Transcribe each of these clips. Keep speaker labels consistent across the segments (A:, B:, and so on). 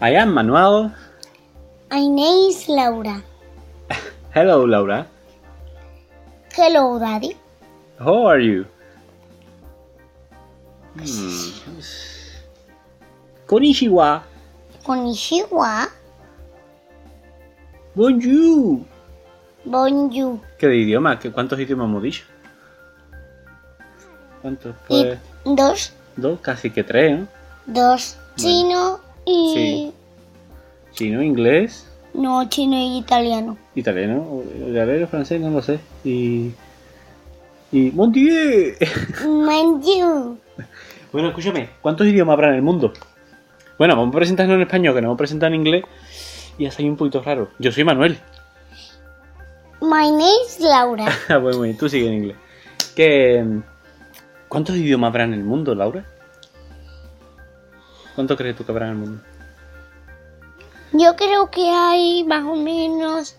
A: I am Manuel.
B: My name is Laura.
A: Hello, Laura.
B: Hello, Daddy.
A: How are you? Hmm. Konnichiwa.
B: Konnichiwa.
A: Bonjour.
B: Bonjour.
A: ¿Qué de idioma? ¿Qué, ¿Cuántos idiomas hemos dicho? ¿Cuántos?
B: Y
A: Pues
B: dos,
A: dos, casi que tres, ¿no?
B: dos, chino y...
A: Chino, inglés,
B: No, chino y italiano.
A: italiano, o- italiano, francés, no lo sé. Y... Y... ¡Mon Dieu!
B: Manju.
A: Bueno, escúchame, ¿cuántos idiomas habrá en el mundo? Bueno, vamos a presentarnos en español, que nos vamos a presentar en inglés y hasta ahí un poquito raro. Yo soy Manuel.
B: My name is Laura.
A: Ah, bueno, bueno, tú sigue en inglés. Que, ¿Cuántos idiomas habrá en el mundo, Laura? ¿Cuántos crees tú que habrá en el mundo?
B: Yo creo que hay más o menos...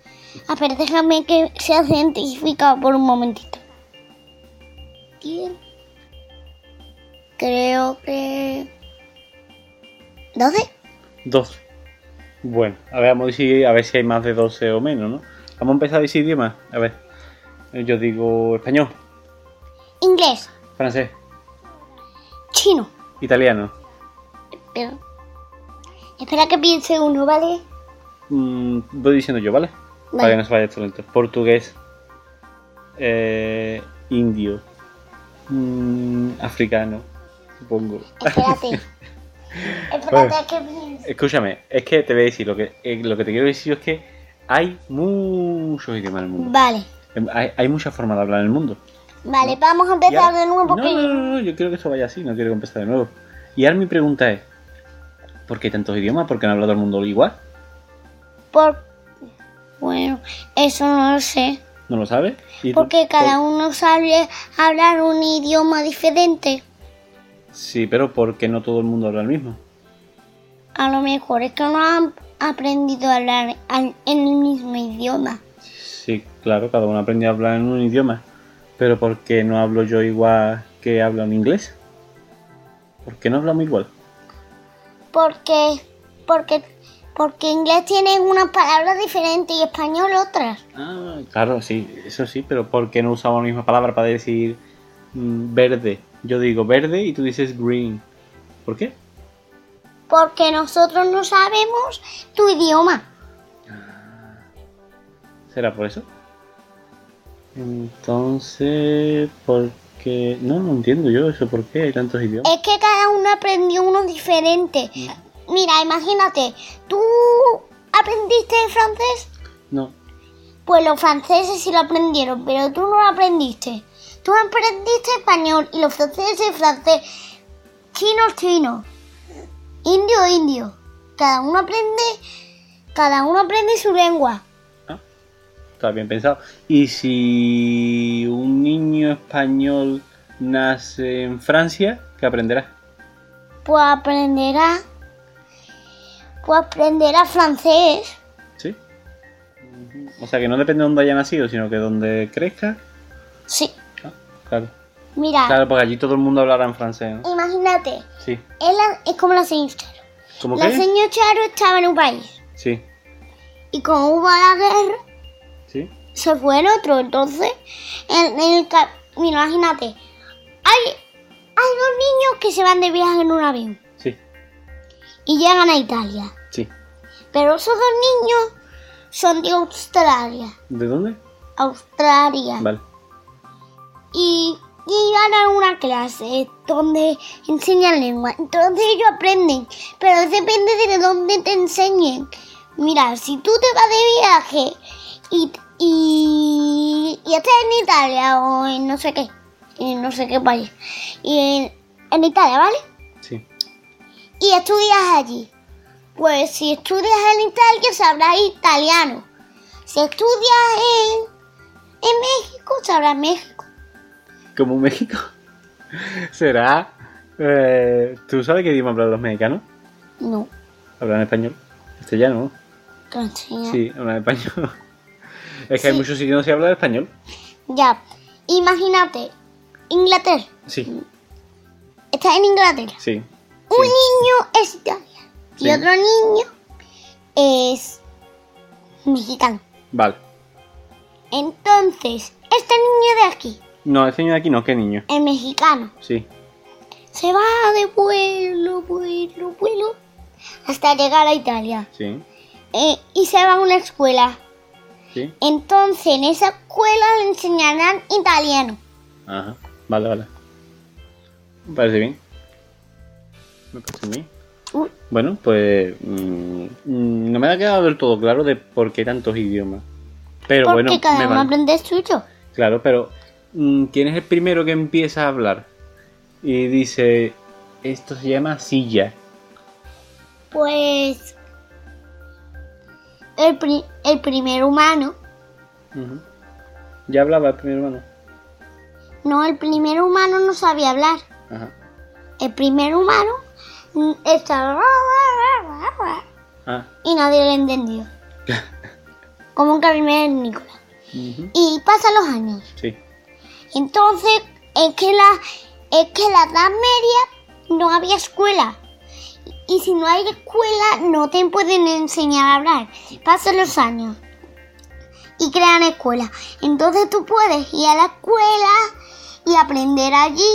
B: A ver, déjame que sea científica por un momentito. Bien. Creo que... ¿Doce?
A: 12. Bueno, a ver, vamos a, decir, a ver si hay más de 12 o menos, ¿no? Vamos a empezar a decir idiomas. A ver, yo digo español,
B: Inglés.
A: francés,
B: Chino.
A: italiano,
B: Pero... Espera que piense uno, ¿vale?
A: Mm, voy diciendo yo, ¿vale? Para que no se vaya esto lento. Portugués, eh, indio, mm, africano, supongo.
B: Espérate. Espérate que piense.
A: Escúchame, es que te voy a decir, lo que, eh, lo que te quiero decir es que hay muchos idiomas en el mundo. Em,
B: Vale,
A: Hay, hay muchas formas de hablar en el mundo.
B: vale, vamos a
A: Y ahora-
B: empezar de nuevo
A: no,
B: porque
A: no, no, no, yo quiero que eso vaya así, no quiero que empiece de nuevo. Y ahora mi pregunta es, ¿por qué hay tantos idiomas? ¿Por qué no habla todo el mundo igual?
B: por bueno, eso no lo sé,
A: ¿No lo sabes? ¿Y tú?
B: porque cada
A: Por-
B: uno sabe hablar un idioma diferente.
A: Sí, pero ¿por qué no todo el mundo habla el mismo?
B: A lo mejor es que no han aprendido a hablar al- en el mismo idioma.
A: Sí, claro, cada uno aprende a hablar en un idioma. Pero ¿por qué no hablo yo igual que hablo en inglés? ¿Por qué no hablamos igual?
B: Porque porque porque inglés tiene unas palabras diferentes y español otras.
A: Ah, claro, sí, eso sí, pero ¿por qué no usamos la misma palabra para decir mm, verde? Yo digo verde y tú dices green. ¿Por qué?
B: Porque nosotros no sabemos tu idioma.
A: ¿Será por eso? Entonces, ¿por qué? No, no entiendo yo eso, ¿por qué hay tantos idiomas?
B: Es que cada uno aprendió uno diferente. Mira, imagínate, tú aprendiste francés,
A: No,
B: pues los franceses sí lo aprendieron, pero tú no lo aprendiste. Tú aprendiste español y los franceses francés, chino chino, indio indio. Cada uno aprende, cada uno aprende su lengua.
A: Está bien pensado. ¿Y si un niño español nace en Francia, qué aprenderá?
B: Pues aprenderá, pues aprenderá francés.
A: ¿Sí? O sea que no depende de dónde haya nacido, sino que donde crezca.
B: Sí,
A: Ah, claro.
B: mira,
A: Claro, porque allí todo el mundo hablará en francés, ¿no?
B: imagínate,
A: Sí.
B: es, la- es como la señora.
A: ¿Cómo
B: La
A: que?
B: señora Charo estaba en un país
A: Sí.
B: y como hubo la guerra,
A: Sí.
B: se fue en otro. Entonces, en, en el ca- mira, imagínate, hay, hay dos niños que se van de viaje en un avión
A: Sí.
B: y llegan a Italia.
A: Sí.
B: Pero esos dos niños son de Australia.
A: ¿De dónde?
B: Australia.
A: Vale.
B: Y, y van a una clase donde enseñan lengua. Entonces ellos aprenden, pero depende de dónde te enseñen. Mira, si tú te vas de viaje y, y, y estás en Italia o en no sé qué, en no sé qué país, y en, en Italia, ¿vale?
A: Sí.
B: Y estudias allí. Pues si estudias en Italia sabrás italiano. Si estudias en, en México sabrás México.
A: ¿Como México? ¿Será? eh, ¿Tú sabes qué idioma hablan los mexicanos?
B: No.
A: Hablan español. Castellano, ¿no?
B: Castellano.
A: Sí, hablan español. Es que hay
B: Sí.
A: muchos sitios donde se habla español.
B: Ya, imagínate, Inglaterra,
A: Sí,
B: estás en Inglaterra,
A: sí.
B: un niño es italiano
A: Sí.
B: Y otro niño es mexicano.
A: Vale.
B: Entonces, este niño de aquí,
A: No, ese niño de aquí no, qué niño.
B: el mexicano,
A: Sí.
B: se va de vuelo, vuelo, vuelo, hasta llegar a Italia.
A: Sí.
B: Eh, y se va a una escuela.
A: Sí.
B: Entonces, en esa escuela le enseñarán italiano.
A: Ajá. Vale, vale. Me parece bien. Me parece bien.
B: Uy,
A: Bueno, pues mm, mm, no me ha quedado del todo claro de por qué tantos idiomas. Pero
B: porque
A: bueno,
B: cada
A: me
B: uno
A: vale.
B: aprende el suyo.
A: Claro, pero mm, ¿quién es el primero que empieza a hablar? Y dice, esto se llama silla.
B: Pues el, pri- el primer humano,
A: Ujú. Ya hablaba el primer humano.
B: no, el primer humano no sabía hablar.
A: Ajá.
B: El primer humano mm, estaba
A: Ah.
B: y nadie le entendió. Como un primer Nicolás.
A: ujú,
B: Y pasan los años.
A: Sí.
B: Entonces, es que la es que la Edad Media no había escuela. Y si no hay escuela, no te pueden enseñar a hablar. Pasan los años y crean escuela. Entonces tú puedes ir a la escuela y aprender allí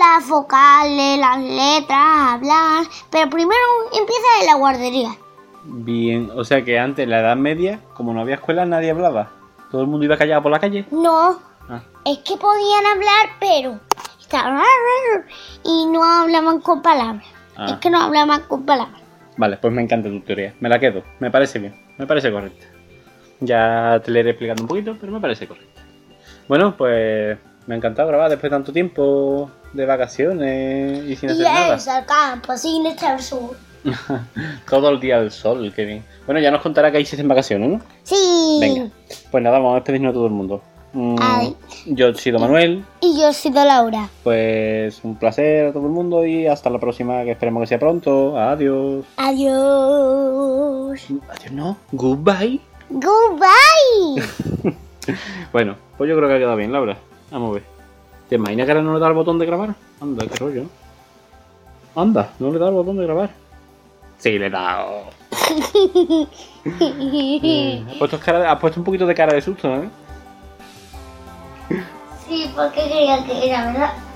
B: las vocales, las letras, hablar. Pero primero empieza en la guardería.
A: Bien. O sea que antes, en la Edad Media, como no había escuela, nadie hablaba. Todo el mundo iba callado por la calle.
B: No,
A: Ah.
B: Es que podían hablar, pero estaban y no hablaban con palabras.
A: Ah.
B: Es que no hablaban con palabras.
A: Vale, pues me encanta tu teoría. Me la quedo. Me parece bien. Me parece correcta. Ya te la iré explicando un poquito, pero me parece correcta. Bueno, pues me ha encantado grabar después de tanto tiempo de vacaciones y sin hacer
B: y pues
A: nada.
B: es al campo, sin estar sur.
A: Todo el día al sol, qué bien. Bueno, ya nos contará qué hiciste en vacaciones, ¿no?
B: Sí.
A: Venga. Pues nada, vamos a despedirnos a todo el mundo. Mm,
B: Ay.
A: yo he sido Manuel,
B: Y yo he sido Laura.
A: pues un placer a todo el mundo y hasta la próxima, que esperemos que sea pronto. Adiós.
B: Adiós.
A: Adiós, no. Goodbye.
B: Goodbye.
A: Bueno, pues yo creo que ha quedado bien, Laura. Vamos a ver. ¿Te imaginas que ahora no le da el botón de grabar? Anda, qué rollo, ¿no? Anda, no le da el botón de grabar. Sí, le he dado. Mm, Has puesto, cara de- ¿eh? has puesto un poquito de cara de susto, ¿no?
B: sí, porque creía que era verdad.